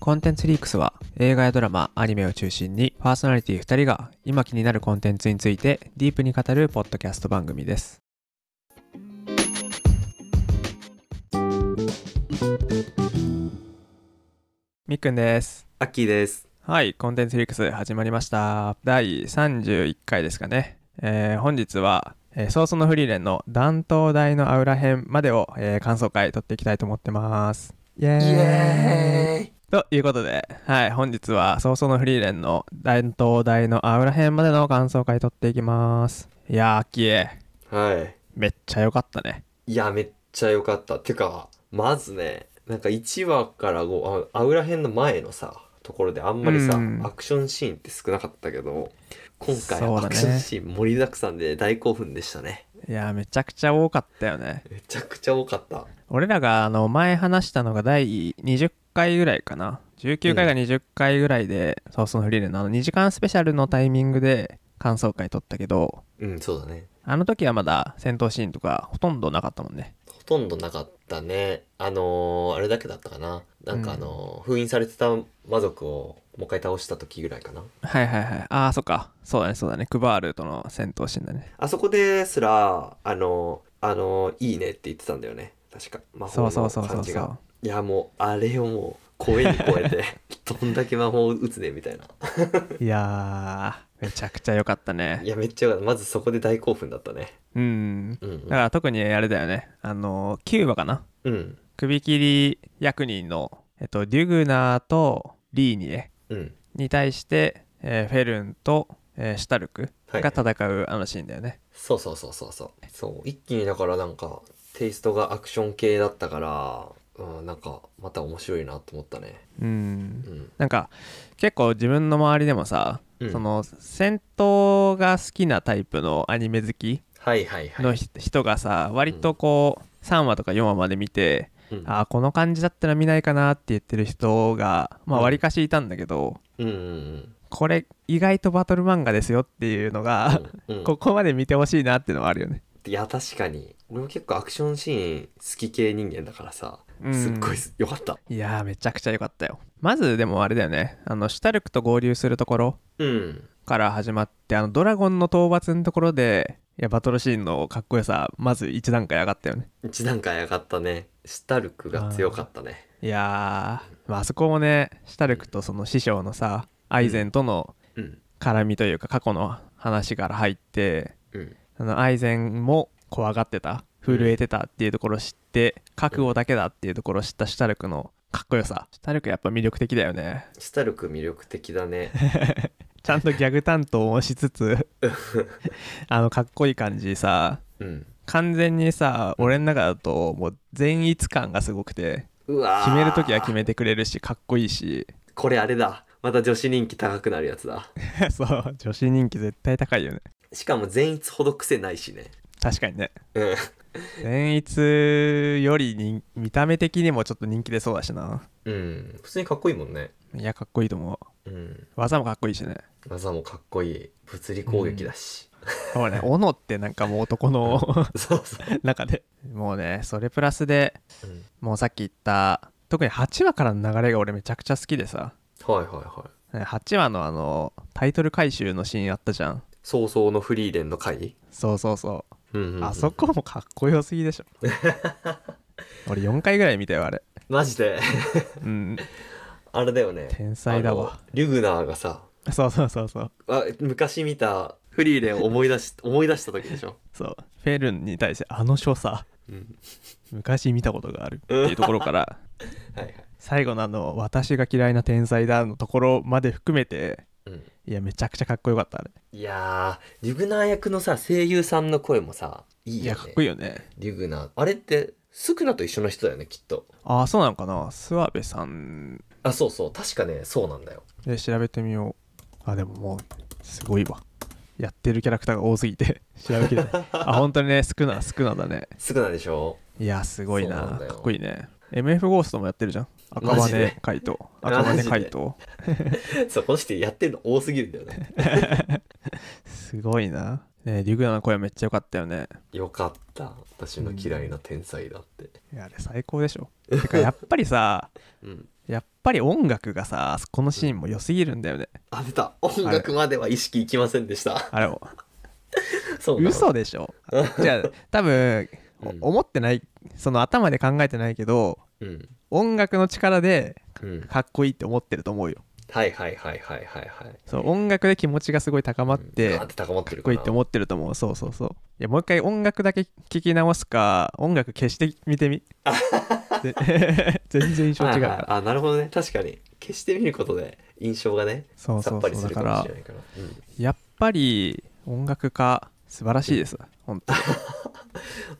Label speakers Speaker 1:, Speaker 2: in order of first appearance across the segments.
Speaker 1: コンテンツリークスは映画やドラマ、アニメを中心にパーソナリティ2人が今気になるコンテンツについてディープに語るポッドキャスト番組です。みっくんです。
Speaker 2: アッキーです。
Speaker 1: はい、コンテンツリークス始まりました。第31回ですかね。えー本日は、えー、ソースのフリーレンの断頭台のアウラ編までを、えー感想会撮っていきたいと思ってます。イエーイ
Speaker 2: ーイ
Speaker 1: ということで、はい、本日は早々のフリーレンの伝統大のアウラ編までの感想会撮っていきます。いやー、アキエ、
Speaker 2: は
Speaker 1: めっちゃ良かったね。
Speaker 2: い。いや、めっちゃ良かった。てか、まずね、なんか1話から5、あアウラ編の前のさ、ところであんまりさ、
Speaker 1: うん
Speaker 2: アクションシーンって少なかったけど、今回
Speaker 1: そうだね
Speaker 2: アクションシーン盛りだくさんで大興奮でしたね。
Speaker 1: いやー、めちゃくちゃ多かったよね。
Speaker 2: めちゃくちゃ多かった。
Speaker 1: 俺らが、あの、前話したのが第20回ぐらいかな。19回が20回ぐらいで、早々のフリーレンのあの2時間スペシャルのタイミングで感想会撮ったけど、
Speaker 2: うん、そうだね。
Speaker 1: あの時はまだ戦闘シーンとかほとんどなかったもんね。
Speaker 2: ほとんどなかったね。あのー、あれだけだったかな。なんかあのー封印されてた魔族をもう一回倒した時ぐらいかな。
Speaker 1: はいはいはい。あー、そっか。そうだね、そうだね。クバールとの戦闘シーンだね。
Speaker 2: あそこですら、あの、あの、いいねって言ってたんだよね。確か。魔法
Speaker 1: そ
Speaker 2: の
Speaker 1: うそうそうそ
Speaker 2: 感
Speaker 1: う
Speaker 2: じ
Speaker 1: そ
Speaker 2: が。
Speaker 1: う。
Speaker 2: いや、もう、あれをもう、超えに超 えて、どんだけ魔法を打つね、みたいな。
Speaker 1: いやーめちゃくちゃ良かった
Speaker 2: い
Speaker 1: ね
Speaker 2: や、めっちゃよかった。まずそこで大興奮だったね。
Speaker 1: うん
Speaker 2: うん、
Speaker 1: だから特にあれだよねあの9話かな
Speaker 2: うん。うん。
Speaker 1: 首切り役人の、えっと、デュグナーとリーニエ
Speaker 2: うん。
Speaker 1: に対して、えーフェルンと、えーシュタルク
Speaker 2: はい
Speaker 1: が戦うあのシーンだよね、
Speaker 2: そうそうそうそうそう。そう、一気にだからなんか、テイストがアクション系だったから、うん、なんか、また面白いなと思ったね。
Speaker 1: うん
Speaker 2: うん。
Speaker 1: なんか結構自分の周りでもさ、
Speaker 2: うん
Speaker 1: その戦闘が好きなタイプのアニメ好き
Speaker 2: はいはいはい。
Speaker 1: のひ、人がさ割とこう、3話とか4話まで見て
Speaker 2: うん、
Speaker 1: あーこの感じだったら見ないかなって言ってる人がまあ
Speaker 2: うん
Speaker 1: わりかしいたんだけど、
Speaker 2: うんうん
Speaker 1: これ意外とバトル漫画ですよっていうのが、
Speaker 2: うん。うん、
Speaker 1: ここまで見てほしいなっていうのはあるよね
Speaker 2: いや確かに俺も結構アクションシーン好き系人間だからさ
Speaker 1: うん
Speaker 2: すっごい良かった
Speaker 1: いやーめちゃくちゃ良かったよまずでもあれだよねあのシュタルクと合流するところ
Speaker 2: うん
Speaker 1: から始まってあのドラゴンの討伐のところでいやバトルシーンのかっこよさまず一段階上がったよね
Speaker 2: 一段階上がったねシュタルクが強かったね
Speaker 1: いやー、まああそこもねシュタルクとその師匠のさアイゼンとの
Speaker 2: うん
Speaker 1: 絡みというか過去の話から入って
Speaker 2: うん
Speaker 1: あのアイゼンも怖がってた震えてたっていうところを知って覚悟だけだっていうところを知ったシュタルクのかっこよさシュタルクやっぱ魅力的だよね
Speaker 2: シュタルク魅力的だ ね
Speaker 1: ちゃんとギャグ担当もしつつあのかっこいい感じさ
Speaker 2: うん
Speaker 1: 完全にさ俺の中だともう善逸感がすごくて
Speaker 2: うわー
Speaker 1: 決める時は決めてくれるしかっこいいし
Speaker 2: これあれだまた女子人気高くなるやつだ
Speaker 1: そう女子人気絶対高いよね
Speaker 2: しかも善逸ほど癖ないしね
Speaker 1: 確かにね
Speaker 2: うん
Speaker 1: 善逸より人見た目的にもちょっと人気出そうだしな
Speaker 2: うん普通にかっこいいもんね
Speaker 1: いやかっこいいと思う
Speaker 2: うん
Speaker 1: 技もかっこいいしね
Speaker 2: 技もかっこいい物理攻撃だし、
Speaker 1: そうね、斧ってなんかもう男の
Speaker 2: そうそ
Speaker 1: 中でもうねそれプラスで
Speaker 2: う、うん、
Speaker 1: もうさっき言った特に8話からの流れが俺めちゃくちゃ好きでさ
Speaker 2: はいはいはい
Speaker 1: 8話のあのタイトル回収のシーンあったじゃん
Speaker 2: 早々のフリーレンの会
Speaker 1: そうそうそう、
Speaker 2: うんうんうん
Speaker 1: あそこもかっこよすぎ でしょ俺4回ぐらい見たよあれ
Speaker 2: マジで
Speaker 1: うん
Speaker 2: あれだよね
Speaker 1: 天才だわ
Speaker 2: あのリュグナーがさ
Speaker 1: そうそうそうそう
Speaker 2: あ昔見たフリーレンを思い出し 思い出した時でしょ、
Speaker 1: そうフェルンに対してあの所作
Speaker 2: うん、
Speaker 1: 昔見たことがあるっていうところから
Speaker 2: はいはい、
Speaker 1: 最後のあの「私が嫌いな天才だ」のところまで含めて
Speaker 2: うん、
Speaker 1: いやめちゃくちゃかっこよかったあれ
Speaker 2: いやーリュグナー役のさ声優さんの声もさいいよ、
Speaker 1: い
Speaker 2: ね、
Speaker 1: やかっこいいよね
Speaker 2: リュグナーあれってスクナと一緒の人だよねきっと
Speaker 1: ああそうなのかな諏訪部さん
Speaker 2: あそうそう確かねそうなんだよ
Speaker 1: で調べてみようあでももうすごいわやってるキャラクターが多すぎて 調べきれないあ本当にね少な少なだね
Speaker 2: スクナでしょ
Speaker 1: いやすごい
Speaker 2: そうな
Speaker 1: なん
Speaker 2: だよ
Speaker 1: かっこいいね MF ゴーストもやってるじゃん赤
Speaker 2: マジ
Speaker 1: 羽
Speaker 2: で
Speaker 1: 海斗赤
Speaker 2: マ
Speaker 1: 羽
Speaker 2: ジで
Speaker 1: 海斗
Speaker 2: そうこの人やってるの多すぎるんだよ ね
Speaker 1: すごいなねリュグナの声めっちゃ良かったよね
Speaker 2: よかった私の嫌いな天才だって、
Speaker 1: いやあれ最高でしょ てかやっぱりさ
Speaker 2: うん。
Speaker 1: やっぱり音楽がさこのシーンも良すぎるんだよね
Speaker 2: あ、出た。音楽までは意識いきませんでした。
Speaker 1: あれ
Speaker 2: そうなの
Speaker 1: 嘘でしょじゃあ多分、お
Speaker 2: うん
Speaker 1: 思ってないその頭で考えてないけど
Speaker 2: うん。
Speaker 1: 音楽の力で
Speaker 2: うん。
Speaker 1: かっこいいって思ってると思うよ
Speaker 2: はいはいはいはいはいはい。
Speaker 1: そう音楽で気持ちがすごい高まって、
Speaker 2: うんガー
Speaker 1: かっ
Speaker 2: ンって高まってるか
Speaker 1: こいい
Speaker 2: な。
Speaker 1: って思ってると思うそうそうそういやもう一回音楽だけ聞き直すか音楽消してみて み で全然印象違うから、
Speaker 2: はいはいあ、なるほどね。確かに。消してみることで印象がね、
Speaker 1: そう
Speaker 2: さ
Speaker 1: そ
Speaker 2: っ
Speaker 1: う
Speaker 2: ぱり
Speaker 1: そ
Speaker 2: す
Speaker 1: うだ
Speaker 2: る
Speaker 1: か
Speaker 2: かも
Speaker 1: ら
Speaker 2: しれないから。うん
Speaker 1: やっぱり音楽家素晴らしいです本当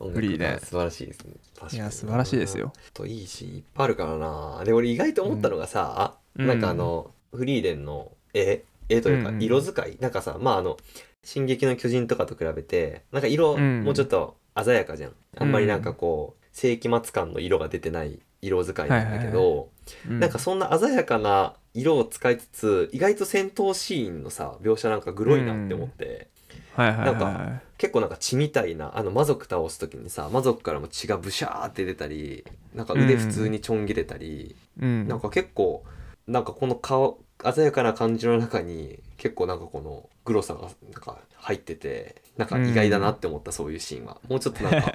Speaker 2: 音
Speaker 1: フリー
Speaker 2: 楽
Speaker 1: ね
Speaker 2: が素晴らしいですね。確か
Speaker 1: い
Speaker 2: に
Speaker 1: や素晴らしいですよ。
Speaker 2: といいシーンいっぱいあるからな。で、俺意外と思ったのがさ、
Speaker 1: うん
Speaker 2: なんかあの、フリーレンの絵、絵というか
Speaker 1: うんうん
Speaker 2: 色使い、なんかさ、まああの、進撃の巨人とかと比べて、なんか色、
Speaker 1: うん
Speaker 2: もうちょっと鮮やかじゃん。あんまりなんかこう、世紀末感の色が出てない色使いなんだけど、
Speaker 1: はいはい
Speaker 2: なんかそんな鮮やかな色を使いつつ意外と戦闘シーンのさ描写なんかグロいなって思って、
Speaker 1: うんはいはいはい
Speaker 2: なん
Speaker 1: は
Speaker 2: 結構なんか血みたいなあの魔族倒す時にさ魔族からも血がブシャーって出たりなんか腕普通にちょん切れたり、
Speaker 1: いうん
Speaker 2: なんか結構なんかこの顔鮮やかな感じの中に結構なんかこのグロさがなんか入っててなんか意外だなって思った、そういうシーンはもうちょっとなんか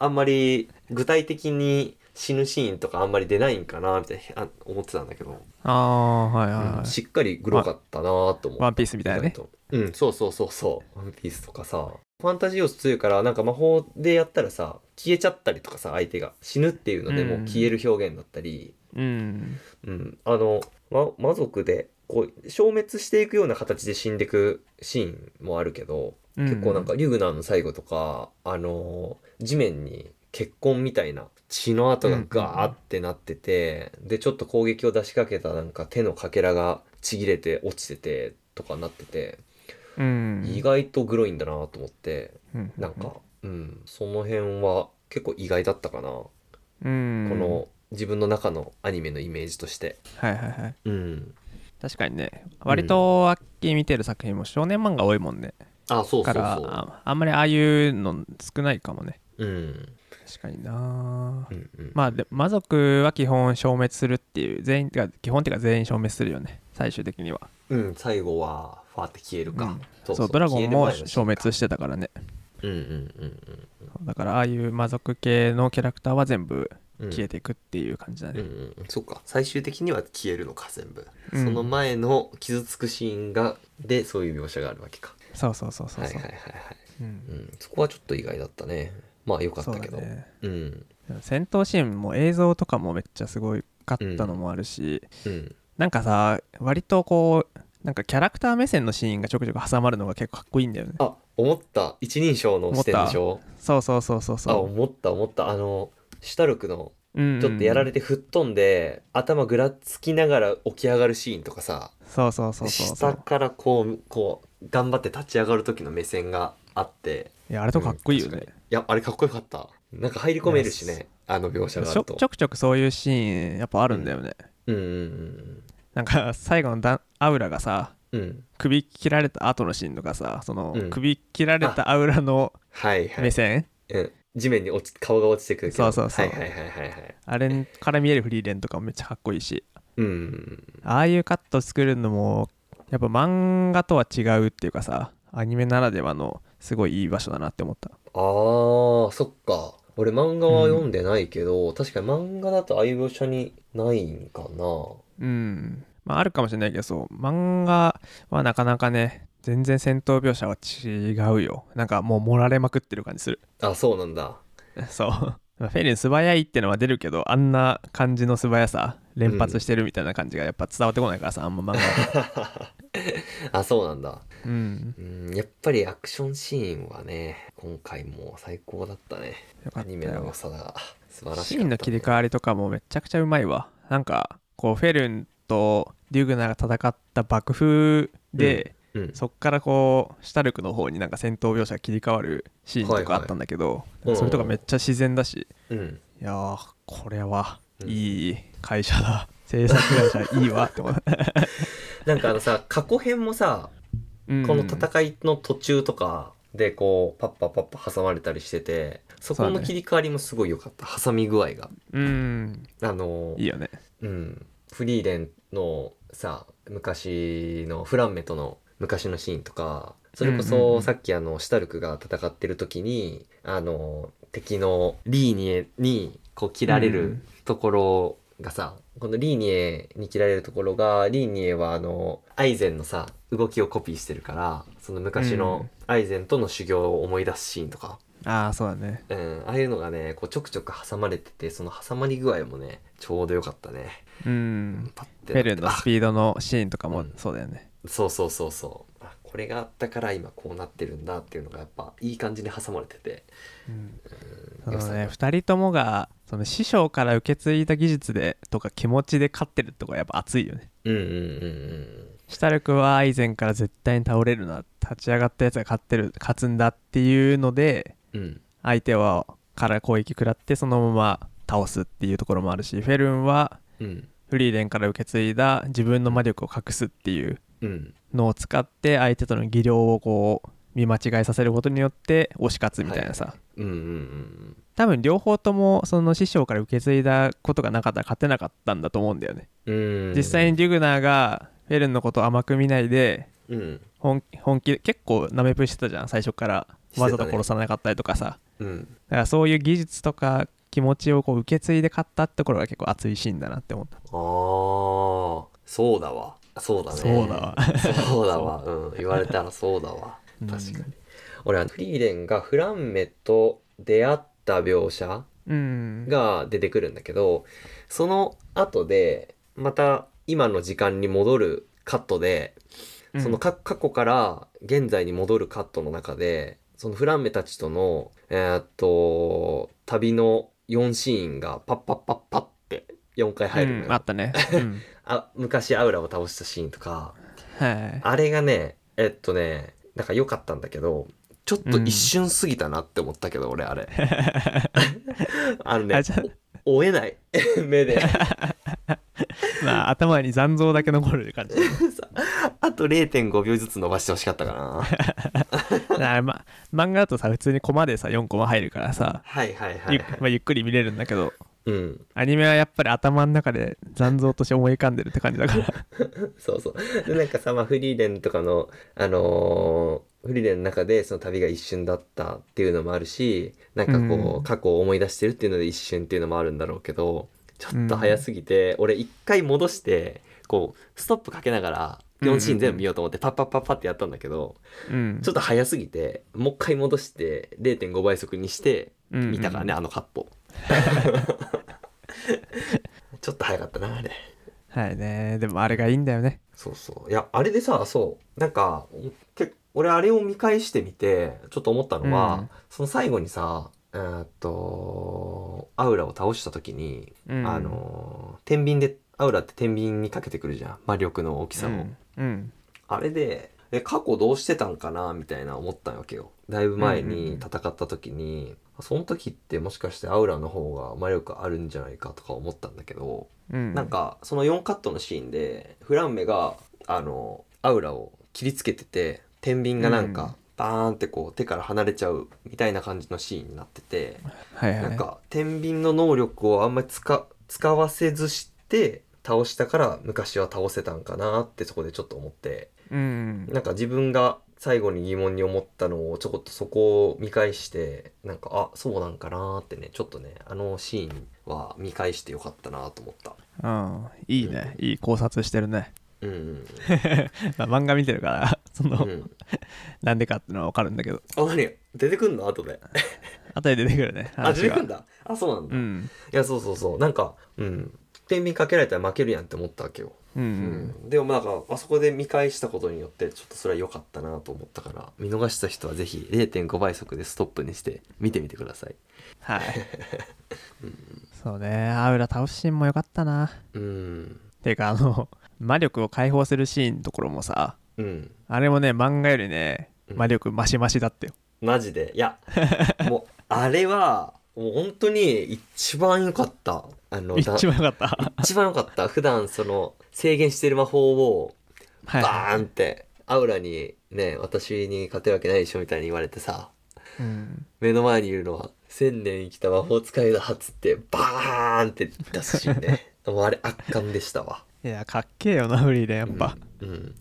Speaker 2: あんまり具体的に死ぬシーンとかあんまり出ないんかなみたいなあ思ってたんだけど
Speaker 1: ああはいはいはい、
Speaker 2: しっかりグロかったなーと思う、
Speaker 1: ワンピースみたいなね
Speaker 2: 意外とうんそうそうそうそうワンピースとかさファンタジー要素強いからなんか魔法でやったらさ消えちゃったりとかさ相手が死ぬっていうのでもう消える表現だったり、
Speaker 1: うん
Speaker 2: うんあの、ま魔族でこう消滅していくような形で死んでいくシーンもあるけど、結構なんかリュグナーの最後とかあのー地面に血痕みたいな血の跡がガーってなってて、でちょっと攻撃を出しかけたなんか手のかけらがちぎれて落ちててとかなってて、
Speaker 1: うん
Speaker 2: 意外とグロいんだなと思って
Speaker 1: うん
Speaker 2: なんか、うん、その辺は結構意外だったかな、
Speaker 1: うん
Speaker 2: この自分の中のアニメのイメージとして。
Speaker 1: はいはいはい
Speaker 2: うん、
Speaker 1: 確かにね割とアッキー見てる作品も少年漫画多いもんね
Speaker 2: あそうそ
Speaker 1: か
Speaker 2: うそ
Speaker 1: ら
Speaker 2: う。
Speaker 1: ああんまりああいうの少ないかもね
Speaker 2: うん
Speaker 1: 確かにな
Speaker 2: うんうん
Speaker 1: まあで魔族は基本消滅するっていう全員が基本っていうか全員消滅するよね最終的には
Speaker 2: うん、最後はファーって消えるか、
Speaker 1: うんそうドラゴンも消滅してたからね
Speaker 2: うんうんうん
Speaker 1: だからああいう魔族系のキャラクターは全部
Speaker 2: うん
Speaker 1: 消えていくっていう感じだ
Speaker 2: うんう
Speaker 1: ね、
Speaker 2: んうん、そっか最終的には消えるのか全部、
Speaker 1: うん
Speaker 2: その前の傷つくシーンがでそういう描写があるわけか
Speaker 1: そうそうそうそう
Speaker 2: はい
Speaker 1: そ
Speaker 2: は
Speaker 1: う
Speaker 2: いはいはい、
Speaker 1: うん
Speaker 2: うん、そこはちょっと意外だったねまあよかっ
Speaker 1: そ
Speaker 2: た
Speaker 1: う
Speaker 2: け
Speaker 1: だ
Speaker 2: どう,、
Speaker 1: ね
Speaker 2: ん
Speaker 1: 戦闘シーンも映像とかもめっちゃすごかったのもあるし、
Speaker 2: うん
Speaker 1: なんかさ割とこうなんかキャラクター目線のシーンがちょくちょく挟まるのが結構かっこいいんだよね
Speaker 2: あ思った一人称の視点でしょ
Speaker 1: そうそうそうそう
Speaker 2: あ
Speaker 1: そ
Speaker 2: 思った思ったあのシュタルクの
Speaker 1: う、うんうん
Speaker 2: ちょっとやられて吹っ飛んで、頭ぐらつきながら起き上がるシーンとかさ
Speaker 1: そうそうそうそうそ
Speaker 2: 下
Speaker 1: う
Speaker 2: からこうこう頑張って立ち上がる時の目線があって
Speaker 1: いやあれとかっこいいよ
Speaker 2: うん
Speaker 1: ね
Speaker 2: 確、かにいやあれかっこよかったなんか入り込めるし
Speaker 1: いや
Speaker 2: ねあの描写があ
Speaker 1: ちょ
Speaker 2: ると
Speaker 1: ちょくちょくそういうシーンやっぱあるんだよね、
Speaker 2: うんうん
Speaker 1: なんか最後のダンアウラがさ
Speaker 2: うんうん
Speaker 1: 首切られた後のシーンとかさその、
Speaker 2: うん
Speaker 1: 首切られたアウラの
Speaker 2: はいはい
Speaker 1: 目線
Speaker 2: うん、地面に落ち顔が落ちてくるけど
Speaker 1: そうそうそう
Speaker 2: はいはいはいはいはい
Speaker 1: あれから見えるフリーレンとかもめっちゃかっこいいし
Speaker 2: うんうん
Speaker 1: ああいうカット作るのもやっぱ漫画とは違うっていうかさアニメならではのすごいいい場所だなって思った
Speaker 2: あーそっか俺漫画は読んでないけど、確かに漫画だとああいう描写にないんかな
Speaker 1: うんまああるかもしれないけどそう漫画はなかなかね全然戦闘描写は違うよなんかもう盛られまくってる感じする
Speaker 2: あそうなんだ
Speaker 1: そうまあフェリン素早いってのは出るけどあんな感じの素早さ連発してるみたいな感じがやっぱ伝わってこないからさあんま漫画
Speaker 2: あそうなんだ
Speaker 1: うん
Speaker 2: うんやっぱりアクションシーンはね今回も最高だったね
Speaker 1: よか
Speaker 2: ア
Speaker 1: った
Speaker 2: ニメの
Speaker 1: よ
Speaker 2: 良さが素晴らしかった
Speaker 1: シーンの切り替わりとかもめちゃくちゃうまいわなんかこうフェルンとリュグナが戦った爆風で、
Speaker 2: うん
Speaker 1: そっからこうシュタルクの方になんか戦闘描写が切り替わるシーンとかあったんだけど、
Speaker 2: いはい
Speaker 1: それとかめっちゃ自然だし、
Speaker 2: うん
Speaker 1: いやーこれは
Speaker 2: うん
Speaker 1: いい会社だ、制作会社いいわって思 った
Speaker 2: なんかあのさ過去編もさ
Speaker 1: うん
Speaker 2: この戦いの途中とかでこうパッパパッパ挟まれたりしててそこ
Speaker 1: そうだ
Speaker 2: の
Speaker 1: ね
Speaker 2: 切り替わりもすごい良かった挟み具合が
Speaker 1: うん
Speaker 2: あの
Speaker 1: いいよね
Speaker 2: うんフリーレンのさ昔のフランメとの昔のシーンとかそれ
Speaker 1: うん
Speaker 2: こ
Speaker 1: うんう
Speaker 2: そ
Speaker 1: ん
Speaker 2: さっきあのシュタルクが戦ってる時にあの敵のリーニエにこう切られ
Speaker 1: う
Speaker 2: る
Speaker 1: ん
Speaker 2: ところがさ、このリーニエに切られるところがリーニエはあのアイゼンのさ動きをコピーしてるからその昔のアイゼンとの修行を思い出すシーンとか、
Speaker 1: ああそうだね
Speaker 2: うん、ああいうのがねこうちょくちょく挟まれててその挟まり具合もねちょうどよかったね。
Speaker 1: うん
Speaker 2: パッて
Speaker 1: ペルンのスピードのシーンとか
Speaker 2: う
Speaker 1: も
Speaker 2: ん
Speaker 1: そうだよね
Speaker 2: あそうそうそうそうあこれがあったから今こうなってるんだっていうのがやっぱいい感じに挟まれてて、
Speaker 1: うん
Speaker 2: う
Speaker 1: そ
Speaker 2: ん、良
Speaker 1: の
Speaker 2: さ
Speaker 1: ね2人ともがその師匠から受け継いだ技術でとか気持ちで勝ってるとかやっぱ熱いよね
Speaker 2: うんうんうんうん
Speaker 1: シュタルクは以前から絶対に倒れるな立ち上がったやつが勝ってる勝つんだっていうので
Speaker 2: うん
Speaker 1: 相手はから攻撃食らってそのまま倒すっていうところもあるしフェルンは
Speaker 2: うん
Speaker 1: フリーレンから受け継いだ自分の魔力を隠すっていう
Speaker 2: うん
Speaker 1: のを使って相手との技量をこう見間違いさせることによって押し勝つみたいなさ、
Speaker 2: うんうんうん
Speaker 1: 多分両方ともその師匠から受け継いだことがなかったら勝てなかったんだと思うんだよね、
Speaker 2: うん
Speaker 1: 実際にデュグナーがフェルンのことを甘く見ないで
Speaker 2: うん
Speaker 1: 本本気結構なめプしてたじゃん最初から
Speaker 2: してた
Speaker 1: わ
Speaker 2: ね
Speaker 1: ざと殺さなかったりとかさ、
Speaker 2: うん
Speaker 1: だからそういう技術とか気持ちをこう受け継いで勝ったってところが結構熱いシーンだなって思った、
Speaker 2: あーそうだわそうだね
Speaker 1: そうだわ
Speaker 2: そうだ わうん言われたらそうだわ
Speaker 1: うん
Speaker 2: 確かに、俺はフリーレンがフランメと出会った描写
Speaker 1: うん
Speaker 2: が出てくるんだけどその後でまた今の時間に戻るカットで
Speaker 1: うん
Speaker 2: そのか過去から現在に戻るカットの中でそのフランメたちとのえーっと旅の4シーンがパッパッパッパッって4回入るのよ、
Speaker 1: うんあったね、 うん
Speaker 2: あ昔アウラを倒したシーンとか
Speaker 1: はい
Speaker 2: あれがねえっとねなんか良かったんだけどちょっと一瞬過ぎたなって思ったけど、俺 あれあのね
Speaker 1: あじゃ
Speaker 2: お追えない 目で
Speaker 1: まあ頭に残像だけ残る 感じ
Speaker 2: あと0.5秒ずつ伸ばしてほしかったか な。
Speaker 1: だからま漫画だとさ普通にコマでさ4コマ入るからさ
Speaker 2: はいはいは
Speaker 1: ゆ
Speaker 2: い
Speaker 1: っ
Speaker 2: はい。
Speaker 1: まあ、ゆっくり見れるんだけど
Speaker 2: うん。
Speaker 1: アニメはやっぱり頭の中で残像として思い浮かんでるって感じだから
Speaker 2: そうそう。で、なんかさ、まあ、フリーレンとかの、あのーフリーレンの中でその旅が一瞬だったっていうのもあるし、なんかこ
Speaker 1: うん
Speaker 2: う、過去を思い出してるっていうので一瞬っていうのもあるんだろうけど、ちょっと早すぎて、俺一回戻して、こう、ストップかけながら、4シーン全部見ようと思ってパッパッパッパってやったんだけど、
Speaker 1: うん
Speaker 2: ちょっと早すぎて、もう一回戻して0.5倍速にして、見たからね、
Speaker 1: うん
Speaker 2: あのカット ちょっと早かったなあれ
Speaker 1: はいねでもあれがいいんだよね
Speaker 2: そうそういやあれでさそうなんかけ俺あれを見返してみてちょっと思ったのは、
Speaker 1: うん
Speaker 2: その最後にさえーっとアウラを倒した時に、
Speaker 1: うん
Speaker 2: あの天秤でアウラって天秤にかけてくるじゃん魔力の大きさを、
Speaker 1: うんうん
Speaker 2: あれでえ過去どうしてたんかなみたいな思ったわけよだいぶ前に戦った時に、その時ってもしかしてアウラの方が魔力あるんじゃないかとか思ったんだけど、
Speaker 1: うん
Speaker 2: なんかその4カットのシーンでフランメがあのアウラを切りつけてて天秤がなん
Speaker 1: うん
Speaker 2: かバーンってこう手から離れちゃうみたいな感じのシーンになってて、
Speaker 1: はいはい
Speaker 2: なんか天秤の能力をあんまり使使わせずして倒したから昔は倒せたんかなってそこでちょっと思って。
Speaker 1: うん
Speaker 2: なんか自分が最後に疑問に思ったのをちょこっとそこを見返してなんかあそうなんかなーってねちょっとねあのシーンは見返してよかったなと思った
Speaker 1: うんいいねいい考察してるね、
Speaker 2: うんうん
Speaker 1: まあ、漫画見てるから その、
Speaker 2: うん、うん、
Speaker 1: なんでかってのは分かるんだけど
Speaker 2: あ何出てくんの後で
Speaker 1: 後で出てくるね
Speaker 2: あ出て
Speaker 1: 話が
Speaker 2: くんだあそうなんだ、
Speaker 1: う
Speaker 2: い
Speaker 1: ん
Speaker 2: やそうそうそうなんかうん天秤かけられたら負けるやんって思ったわけよ、
Speaker 1: うん、う、
Speaker 2: うんでもまあなんかあそこで見返したことによってちょっとそれは良かったなと思ったから見逃した人はぜひ0.5倍速でストップにして見てみてください
Speaker 1: はいそうねアウラ倒すシーンも良かったな
Speaker 2: うん
Speaker 1: ていうかあの魔力を解放するシーンのところもさ
Speaker 2: うん
Speaker 1: あれもね漫画よりね
Speaker 2: うん
Speaker 1: 魔力マシマシだったよ、
Speaker 2: マジで いやもうあれはもう本当に一番良かったあのだ
Speaker 1: 一番良かった
Speaker 2: 一番良かった普段その制限してる魔法を
Speaker 1: は
Speaker 2: バーンってアウラにね私に勝てるわけないでしょみたいに言われてさ
Speaker 1: い、うん、
Speaker 2: 目の前にいるのは千年生きた魔法使いだっつってバーンって出すシーンねもうあれ圧巻でしたわ
Speaker 1: いやかっけえよなフリーレンやっぱ、
Speaker 2: うん、うん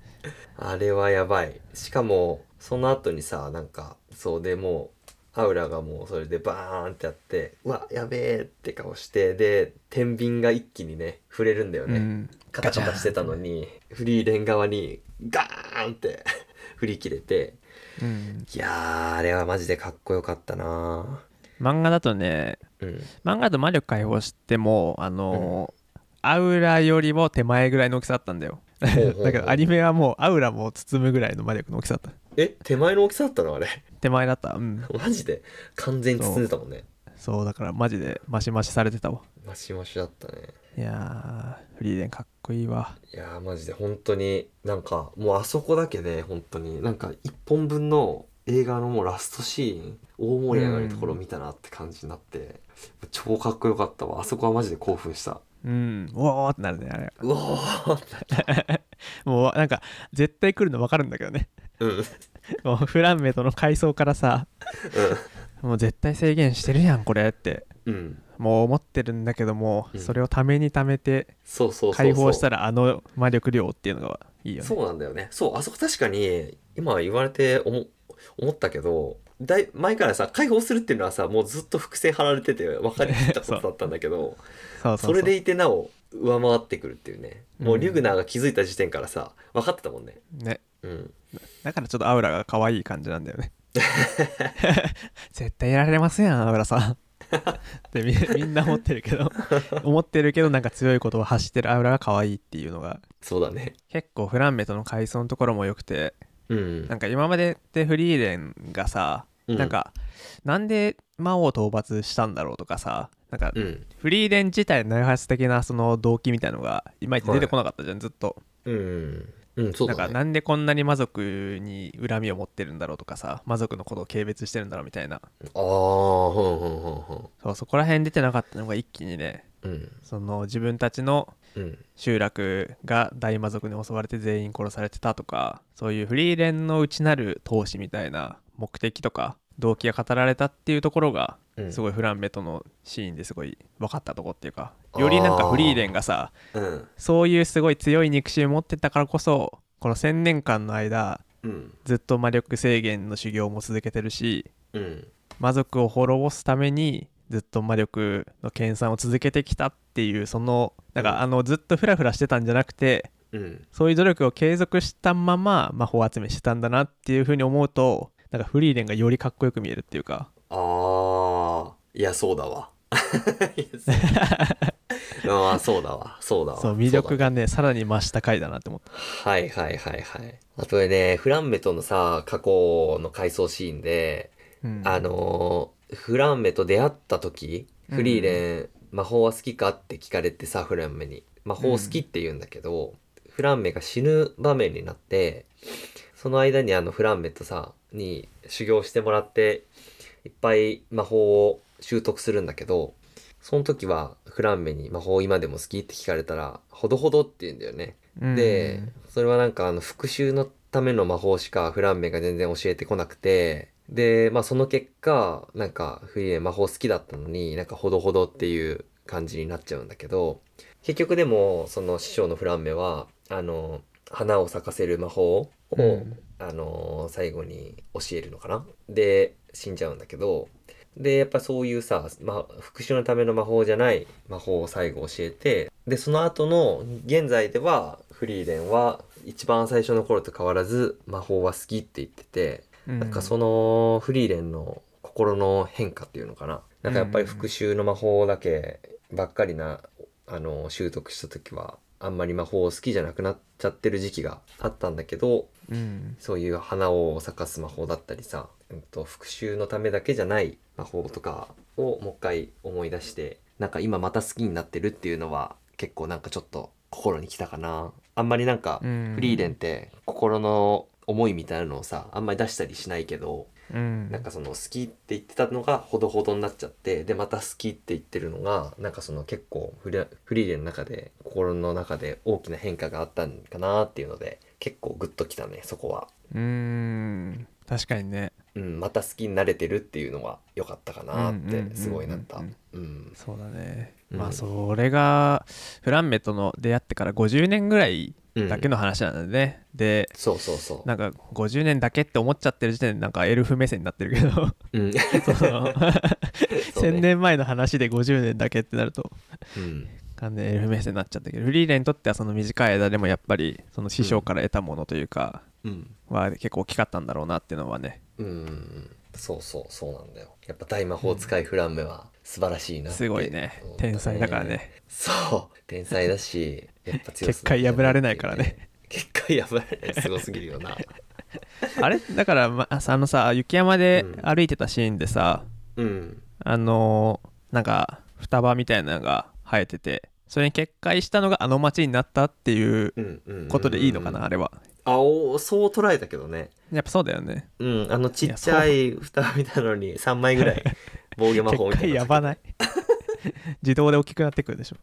Speaker 2: あれはやばいしかもその後にさなんかそうでもうアウラがもうそれでバーンってやってうわやべえって顔してで天秤が一気にね触れるんだよ
Speaker 1: うん
Speaker 2: ね、カタカタしてたのにフリーレン側にガーンって 振り切れて
Speaker 1: うん、
Speaker 2: いやーあれはマジでかっこよかったな
Speaker 1: 漫画だとね
Speaker 2: うん
Speaker 1: 漫画だと魔力解放してもあのーアウラよりも手前ぐらいの大きさだったんだよ
Speaker 2: ほうほ う
Speaker 1: だからアニメはもうアウラも包むぐらいの魔力の大きさだった
Speaker 2: え手前の大きさだったのあれ
Speaker 1: 手前だったうん
Speaker 2: マジで完全に包んでたもんね
Speaker 1: そうだからマジでマシマシされてたわ
Speaker 2: マシマシだったね
Speaker 1: いやーフリーレンかっこいいわ
Speaker 2: いやーマジで本当になんかもうあそこだけで本当になんか1本分の映画のもうラストシーン大盛り上がりのところを見たなって感じになって、超かっこよかったわあそこはマジで興奮した
Speaker 1: うんうおーってなるねあれ
Speaker 2: うおーって
Speaker 1: もうなんか絶対来るの分かるんだけどね
Speaker 2: うんうん
Speaker 1: もうフランメとの階層からさもう絶対制限してるやんこれって
Speaker 2: うん
Speaker 1: もう思ってるんだけども、
Speaker 2: うん
Speaker 1: それをためにためて
Speaker 2: そうそうそうそう
Speaker 1: 解放したらあの魔力量っていうのがいいよね
Speaker 2: そうなんだよねそうあそこ確かに今言われて思思ったけどだい前からさ解放するっていうのはさもうずっと伏線張られてて分かりきったことだったんだけど
Speaker 1: そう
Speaker 2: それでいてなお上回ってくるっていうねもううんリュグナーが気づいた時点からさ分かってたもんね
Speaker 1: ね
Speaker 2: うん
Speaker 1: だからちょっとアウラが可愛い感じなんだよね 絶対やられますやんアウラさんってみみんな思ってる けど思ってるけどなんか強いことを発してるアウラが可愛いっていうのが
Speaker 2: そうだね
Speaker 1: 結構フランメとの階層のところも良くて
Speaker 2: うん
Speaker 1: なんか今までってフリーレンがさ、
Speaker 2: うん
Speaker 1: なんかなんで魔王を討伐したんだろうとかさなんか
Speaker 2: うん
Speaker 1: フリーレン自体の内発的なその動機みたいのがいまいち出てこなかったじゃん、ずっと
Speaker 2: うんうんそう
Speaker 1: なん
Speaker 2: だ
Speaker 1: か
Speaker 2: ね
Speaker 1: なんでこんなに魔族に恨みを持ってるんだろうとかさ魔族のことを軽蔑してるんだろうみたいな
Speaker 2: ああふんふんふんふん
Speaker 1: そうそこら辺出てなかったのが一気にね
Speaker 2: うん
Speaker 1: その自分たちの
Speaker 2: うん
Speaker 1: 集落が大魔族に襲われて全員殺されてたとかそういうフリーレンの内なる闘志みたいな目的とか動機が語られたっていうところが
Speaker 2: うん
Speaker 1: す
Speaker 2: い
Speaker 1: ごいフランベとのシーンですごい分かったとこっていうかよりなんかフリーレンがさ
Speaker 2: うん
Speaker 1: そういうすごい強い憎しみを持ってたからこそこの1,000年間の間
Speaker 2: うん
Speaker 1: ずっと魔力制限の修行も続けてるし
Speaker 2: うん
Speaker 1: 魔族を滅ぼすためにずっと魔力の研鑽を続けてきたっていうそのなん
Speaker 2: うん
Speaker 1: かあのずっとフラフラしてたんじゃなくて
Speaker 2: うん
Speaker 1: そういう努力を継続したまま魔法集めしてたんだなっていうふうに思うとなんかフリーレンがよりかっこよく見えるっていうか
Speaker 2: ああいやそうだわ いやそう あーそうだわそうだわ
Speaker 1: そう魅力がねさらに増した回だなって思った
Speaker 2: はいはいはいはい。あとね、フランメとのさ、過去の回想シーンで、
Speaker 1: うん
Speaker 2: あのーフランメと出会った時、
Speaker 1: うん
Speaker 2: フリーレン、魔法は好きかって聞かれてさ、フランメに。魔法好きって言うんだけど、フランメが死ぬ場面になって、その間にあのフランメとさ、に修行してもらって、いっぱい魔法を習得するんだけど、その時はフランメに魔法今でも好きって聞かれたら、ほどほどって言うんだよね。
Speaker 1: うん
Speaker 2: で、それはなんかあの復讐のための魔法しかフランメが全然教えてこなくて、で、まあその結果、なんかフリーレン魔法好きだったのに、なんかほどほどっていう感じになっちゃうんだけど、結局でも、その師匠のフランメは、あの、花を咲かせる魔法を、
Speaker 1: うん
Speaker 2: あの、最後に教えるのかなで、死んじゃうんだけど、で、やっぱそういうさ、まあ、復讐のための魔法じゃない魔法を最後教えて、で、その後の現在では、フリーレンは一番最初の頃と変わらず魔法は好きって言ってて、
Speaker 1: うん
Speaker 2: なんかそのフリーレンの心の変化っていうのかな。なんかやっぱり復讐の魔法だけばっかりな、あの、習得した時は、あんまり魔法好きじゃなくなっちゃってる時期があったんだけど、
Speaker 1: うん
Speaker 2: そういう花を咲かす魔法だったりさ、うん、と復讐のためだけじゃない魔法とかをもう一回思い出してなんか今また好きになってるっていうのは結構なんかちょっと心に来たかなあんまりなんか
Speaker 1: うん
Speaker 2: フリーレンって心の思いみたいなのをさあんまり出したりしないけど
Speaker 1: うん
Speaker 2: なんかその好きって言ってたのがほどほどになっちゃってでまた好きって言ってるのがなんかその結構フリフリーレンの中で心の中で大きな変化があったんかなっていうので結構グッときたねそこは。
Speaker 1: うーん確かにね
Speaker 2: うん、また好きになれてるっていうのが良かったかなっ
Speaker 1: うんうんうんうんう
Speaker 2: て
Speaker 1: ん
Speaker 2: すごいなった。うん、
Speaker 1: そうだね、
Speaker 2: うん
Speaker 1: まあそれがフランベとの出会ってから50年ぐらい
Speaker 2: うん
Speaker 1: だけの話なんだね、で
Speaker 2: そうそうそう。
Speaker 1: なんか50年だけって思っちゃってる時点でなんかエルフ目線になって るけど
Speaker 2: うん、
Speaker 1: その
Speaker 2: そう
Speaker 1: 1000
Speaker 2: ね、
Speaker 1: 年前の話で50年だけってなると
Speaker 2: うん、
Speaker 1: 完全にエルフ目線になっちゃったけどフリーレンにとってはその短い間でもやっぱりその師匠から得たものというか、
Speaker 2: うん、
Speaker 1: は結構大きかったんだろうなっていうのはね
Speaker 2: うん、そうそうそうなんだよ。やっぱ大魔法使いフランメは素晴らしいなって
Speaker 1: すごいね
Speaker 2: 思った
Speaker 1: 天才だから。ね
Speaker 2: そう、天才だし、やっぱ強
Speaker 1: 結
Speaker 2: さだ
Speaker 1: 界
Speaker 2: よね
Speaker 1: 破られないからね。
Speaker 2: 結界破られない、すごすぎるよな。
Speaker 1: あれ だから、ま、ああのさ雪山で歩いてたシーンでさ、
Speaker 2: うん、
Speaker 1: あのーなんか双葉みたいなのが生えててそれに決壊したのがあの町になったっていう
Speaker 2: うん、うん。
Speaker 1: ことでいいのかな、あれは
Speaker 2: あおそう捉えたけどね。
Speaker 1: やっぱそうだよね
Speaker 2: うん、あのちっちゃい蓋みたいなのに3枚ぐらい防御魔
Speaker 1: 決
Speaker 2: 法みたい
Speaker 1: 壊
Speaker 2: な。
Speaker 1: やばない 自動で大きくなってくるでしょ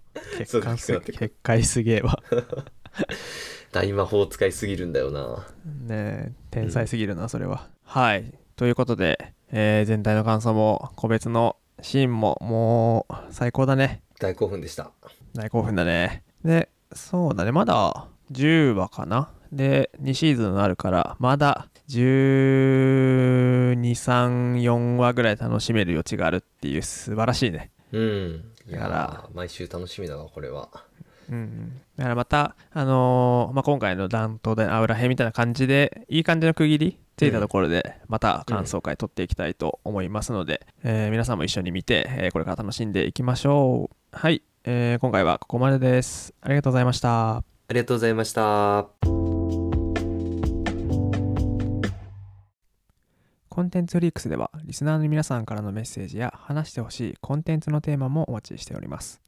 Speaker 1: 決
Speaker 2: そう
Speaker 1: 壊
Speaker 2: 大きくな
Speaker 1: す
Speaker 2: ってくる
Speaker 1: 決壊すげえわ
Speaker 2: 大魔法使いすぎるんだよな。
Speaker 1: ねえ天才すぎるなそれは、はいということで、えー全体の感想も個別のシーンももう最高だね
Speaker 2: 大興奮でした。
Speaker 1: 大興奮だねでそうだねまだ10話かなで2シーズンあるからまだ1234話ぐらい楽しめる余地があるっていう素晴らしいね
Speaker 2: うん。い
Speaker 1: だ
Speaker 2: や
Speaker 1: か
Speaker 2: ー毎週楽しみだわ、これは。
Speaker 1: うんだからまたあのーまあ、今回の弾頭でアウラ編みたいな感じでいい感じの区切りついたところでまた感想会撮っていきたいと思いますので、えー皆さんも一緒に見て、えーこれから楽しんでいきましょうはい、えー今回はここまでですありがとうございました
Speaker 2: ありがとうございました。
Speaker 1: コンテンツフリークスではリスナーの皆さんからのメッセージや話してほしいコンテンツのテーマもお待ちしております。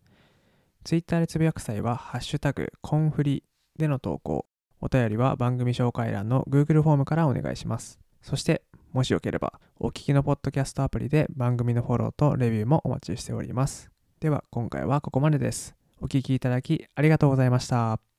Speaker 1: ツイッターでつぶやく際は「ハッシュタグコンフリ」での投稿、お便りは番組紹介欄の Google フォームからお願いします。そして、もしよければお聞きのポッドキャストアプリで番組のフォローとレビューもお待ちしております。では今回はここまでです。お聞きいただきありがとうございました。